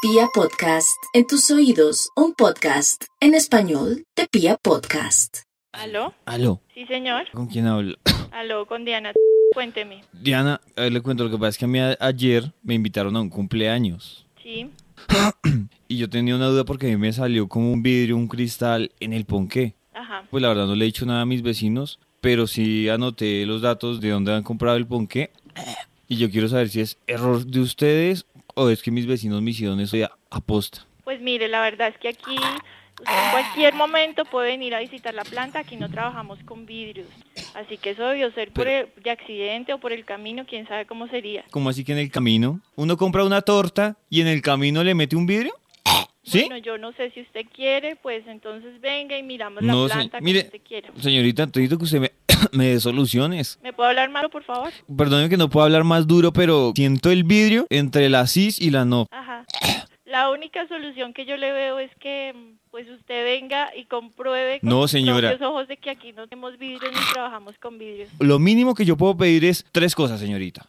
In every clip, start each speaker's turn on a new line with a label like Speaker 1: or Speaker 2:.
Speaker 1: Pia Podcast, en tus oídos, un podcast en español de Pia Podcast.
Speaker 2: ¿Aló?
Speaker 3: Aló,
Speaker 2: Sí, señor.
Speaker 3: ¿con quién hablo?
Speaker 2: Aló, con Diana. Cuénteme.
Speaker 3: Diana, a ver, le cuento, lo que pasa es que a mí a- ayer me invitaron a un cumpleaños
Speaker 2: Sí.
Speaker 3: y yo tenía una duda porque a mí me salió como un vidrio, un cristal en el ponqué.
Speaker 2: Ajá.
Speaker 3: Pues la verdad no le he dicho nada a mis vecinos, pero sí anoté los datos de dónde han comprado el ponqué y yo quiero saber si es error de ustedes o es que mis vecinos me hicieron eso ya aposta.
Speaker 2: Pues mire, la verdad es que aquí usted en cualquier momento puede venir a visitar la planta. Aquí no trabajamos con vidrios. Así que eso debió ser por el- de accidente o por el camino. Quién sabe cómo sería.
Speaker 3: ¿Cómo así que en el camino? ¿Uno compra una torta y en el camino le mete un vidrio? ¿Sí?
Speaker 2: Bueno, yo no sé si usted quiere, pues entonces venga y miramos la
Speaker 3: No, se-
Speaker 2: planta como
Speaker 3: mire.
Speaker 2: usted quiera.
Speaker 3: Señorita, necesito que usted me, me dé soluciones.
Speaker 2: ¿Me puede hablar malo, por favor?
Speaker 3: Perdóneme que no puedo hablar más duro, pero siento el vidrio entre la cis y la no.
Speaker 2: Ajá. La única solución que yo le veo es que mm, pues usted venga y compruebe con
Speaker 3: No,
Speaker 2: sus
Speaker 3: señora.
Speaker 2: propios ojos de que aquí no tenemos vidrios ni trabajamos con vidrios.
Speaker 3: Lo mínimo que yo puedo pedir es tres cosas, señorita.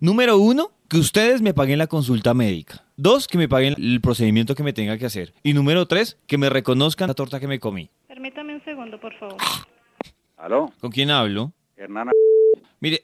Speaker 3: Número uno, que ustedes me paguen la consulta médica. Dos, que me paguen el procedimiento que me tenga que hacer. Y número tres, que me reconozcan la torta que me comí.
Speaker 4: Permítame un segundo, por favor.
Speaker 5: Aló,
Speaker 3: ¿Con quién hablo?
Speaker 5: Hernán.
Speaker 3: Mire,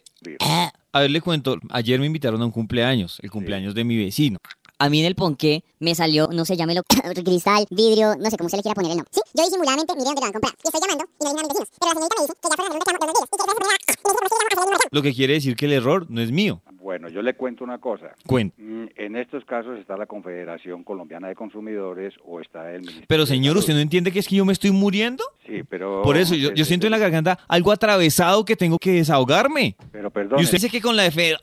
Speaker 3: a ver, le cuento. Ayer me invitaron a un cumpleaños, el cumpleaños de mi vecino.
Speaker 6: A mí en el ponqué me salió, no sé, llámelo.
Speaker 7: cristal, vidrio, no sé cómo se le quiera poner el nombre. Sí, yo disimuladamente miré dónde lo han comprado. Y estoy llamando y no dije a mis vecinos. Pero la señorita me dice que ya fueron a hacer un reclamo de los vidrios. Y que por eso me da- me dice por qué llamo a hacer el mismo reclamo.
Speaker 3: Lo que quiere decir que el error no es mío.
Speaker 5: Bueno, yo le cuento una cosa.
Speaker 3: Cuenta.
Speaker 5: Mm, En estos casos está la Confederación Colombiana de Consumidores o está el Ministerio.
Speaker 3: Pero
Speaker 5: de
Speaker 3: señor,
Speaker 5: Salud.
Speaker 3: ¿usted no entiende que es que yo me estoy muriendo?
Speaker 5: Sí, pero. este,
Speaker 3: Por eso, yo, yo
Speaker 5: es-
Speaker 3: siento en la
Speaker 5: es-
Speaker 3: garganta algo atravesado que tengo que desahogarme.
Speaker 5: Pero perdón.
Speaker 3: Y usted dice que con la de Fedor-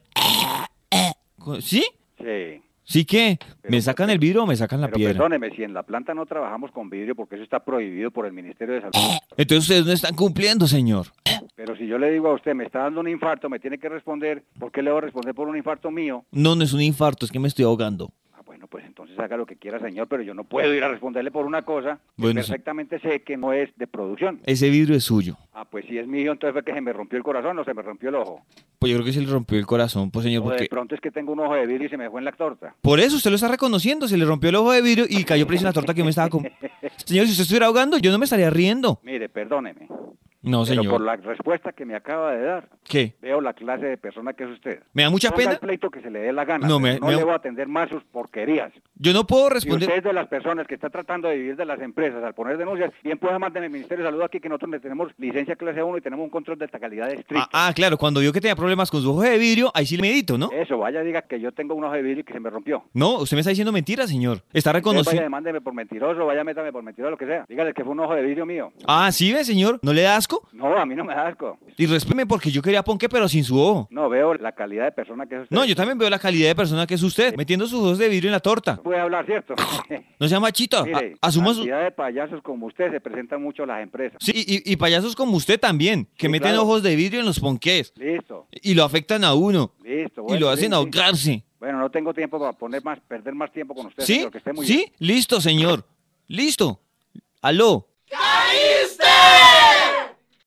Speaker 3: Con- ¿Sí?
Speaker 5: Sí.
Speaker 3: ¿Sí qué? ¿Me
Speaker 5: Pero-
Speaker 3: sacan el vidrio o me sacan la
Speaker 5: Pero
Speaker 3: piedra?
Speaker 5: perdóneme, si en la planta no trabajamos con vidrio porque eso está prohibido por el Ministerio de Salud.
Speaker 3: Entonces ustedes no están cumpliendo, señor.
Speaker 5: Pero si yo le digo a usted, me está dando un infarto, me tiene que responder, ¿por qué le voy a responder por un infarto mío?
Speaker 3: No, no es un infarto, es que me estoy ahogando.
Speaker 5: Ah, bueno, pues entonces haga lo que quiera, señor, pero yo no puedo ir a responderle por una cosa que
Speaker 3: Bueno, sí.
Speaker 5: perfectamente sé que no es de producción.
Speaker 3: Ese vidrio es suyo.
Speaker 5: Ah, pues si es mío, entonces fue que se me rompió el corazón o se me rompió el ojo.
Speaker 3: Pues yo creo que se le rompió el corazón, pues señor,
Speaker 5: O de
Speaker 3: porque...
Speaker 5: pronto es que tengo un ojo de vidrio y se me dejó en la torta.
Speaker 3: Por eso usted lo está reconociendo, se le rompió el ojo de vidrio y cayó preso en la torta que yo me estaba comiendo. Señor, si usted estuviera ahogando, yo no me estaría riendo.
Speaker 5: Mire, perdóneme,
Speaker 3: No,
Speaker 5: pero
Speaker 3: señor.
Speaker 5: por la respuesta que me acaba de dar,
Speaker 3: ¿Qué?
Speaker 5: veo la clase de persona que es usted.
Speaker 3: ¿Me da mucha
Speaker 5: Ponga
Speaker 3: pena?
Speaker 5: el pleito que se le dé la gana.
Speaker 3: No,
Speaker 5: No,
Speaker 3: me- me-
Speaker 5: le voy a atender más sus porquerías.
Speaker 3: Yo no puedo
Speaker 5: Si usted
Speaker 3: responder...
Speaker 5: es de las personas que está tratando de vivir de las empresas al poner denuncias, bien pueda mandar en el Ministerio de Salud aquí que nosotros le tenemos licencia clase 1 y tenemos un control de esta calidad
Speaker 3: Ah,
Speaker 5: estricto.
Speaker 3: ah, claro, cuando vio que tenía problemas con su ojo de vidrio, ahí sí le medito, ¿no?
Speaker 5: Eso, vaya diga que yo tengo un ojo de vidrio y que se me rompió.
Speaker 3: No, usted me está diciendo mentira, señor. Está
Speaker 5: Entonces Vaya,
Speaker 3: reconociendo.
Speaker 5: demándeme por mentiroso, vaya, métame por mentiroso, lo que sea. Dígale que fue un ojo de vidrio mío.
Speaker 3: Ah, sí, ve, señor. No le da asco.
Speaker 5: No, a mí no me da asco.
Speaker 3: Y respéteme porque yo quería ponqué, pero sin su ojo.
Speaker 5: No, veo la calidad de persona que es usted.
Speaker 3: No, yo también veo la calidad de persona que es usted, metiendo sus ojos de vidrio en la torta.
Speaker 5: Puede hablar, ¿cierto?
Speaker 3: No sea machito. a-
Speaker 5: Mire,
Speaker 3: Asuma Ah, su.
Speaker 5: cantidad de payasos como usted se presentan mucho las empresas.
Speaker 3: Sí, y, y payasos como usted también, que
Speaker 5: Sí,
Speaker 3: meten
Speaker 5: claro.
Speaker 3: ojos de vidrio en los ponqués
Speaker 5: Listo,
Speaker 3: y lo afectan a uno
Speaker 5: listo.
Speaker 3: y lo
Speaker 5: bueno,
Speaker 3: hacen
Speaker 5: sí, sí.
Speaker 3: ahogarse.
Speaker 5: Bueno, no tengo tiempo para poner más, perder más tiempo con usted.
Speaker 3: ¿Sí?
Speaker 5: señor, que esté muy
Speaker 3: ¿Sí?
Speaker 5: bien.
Speaker 3: Listo, señor. Listo. Aló.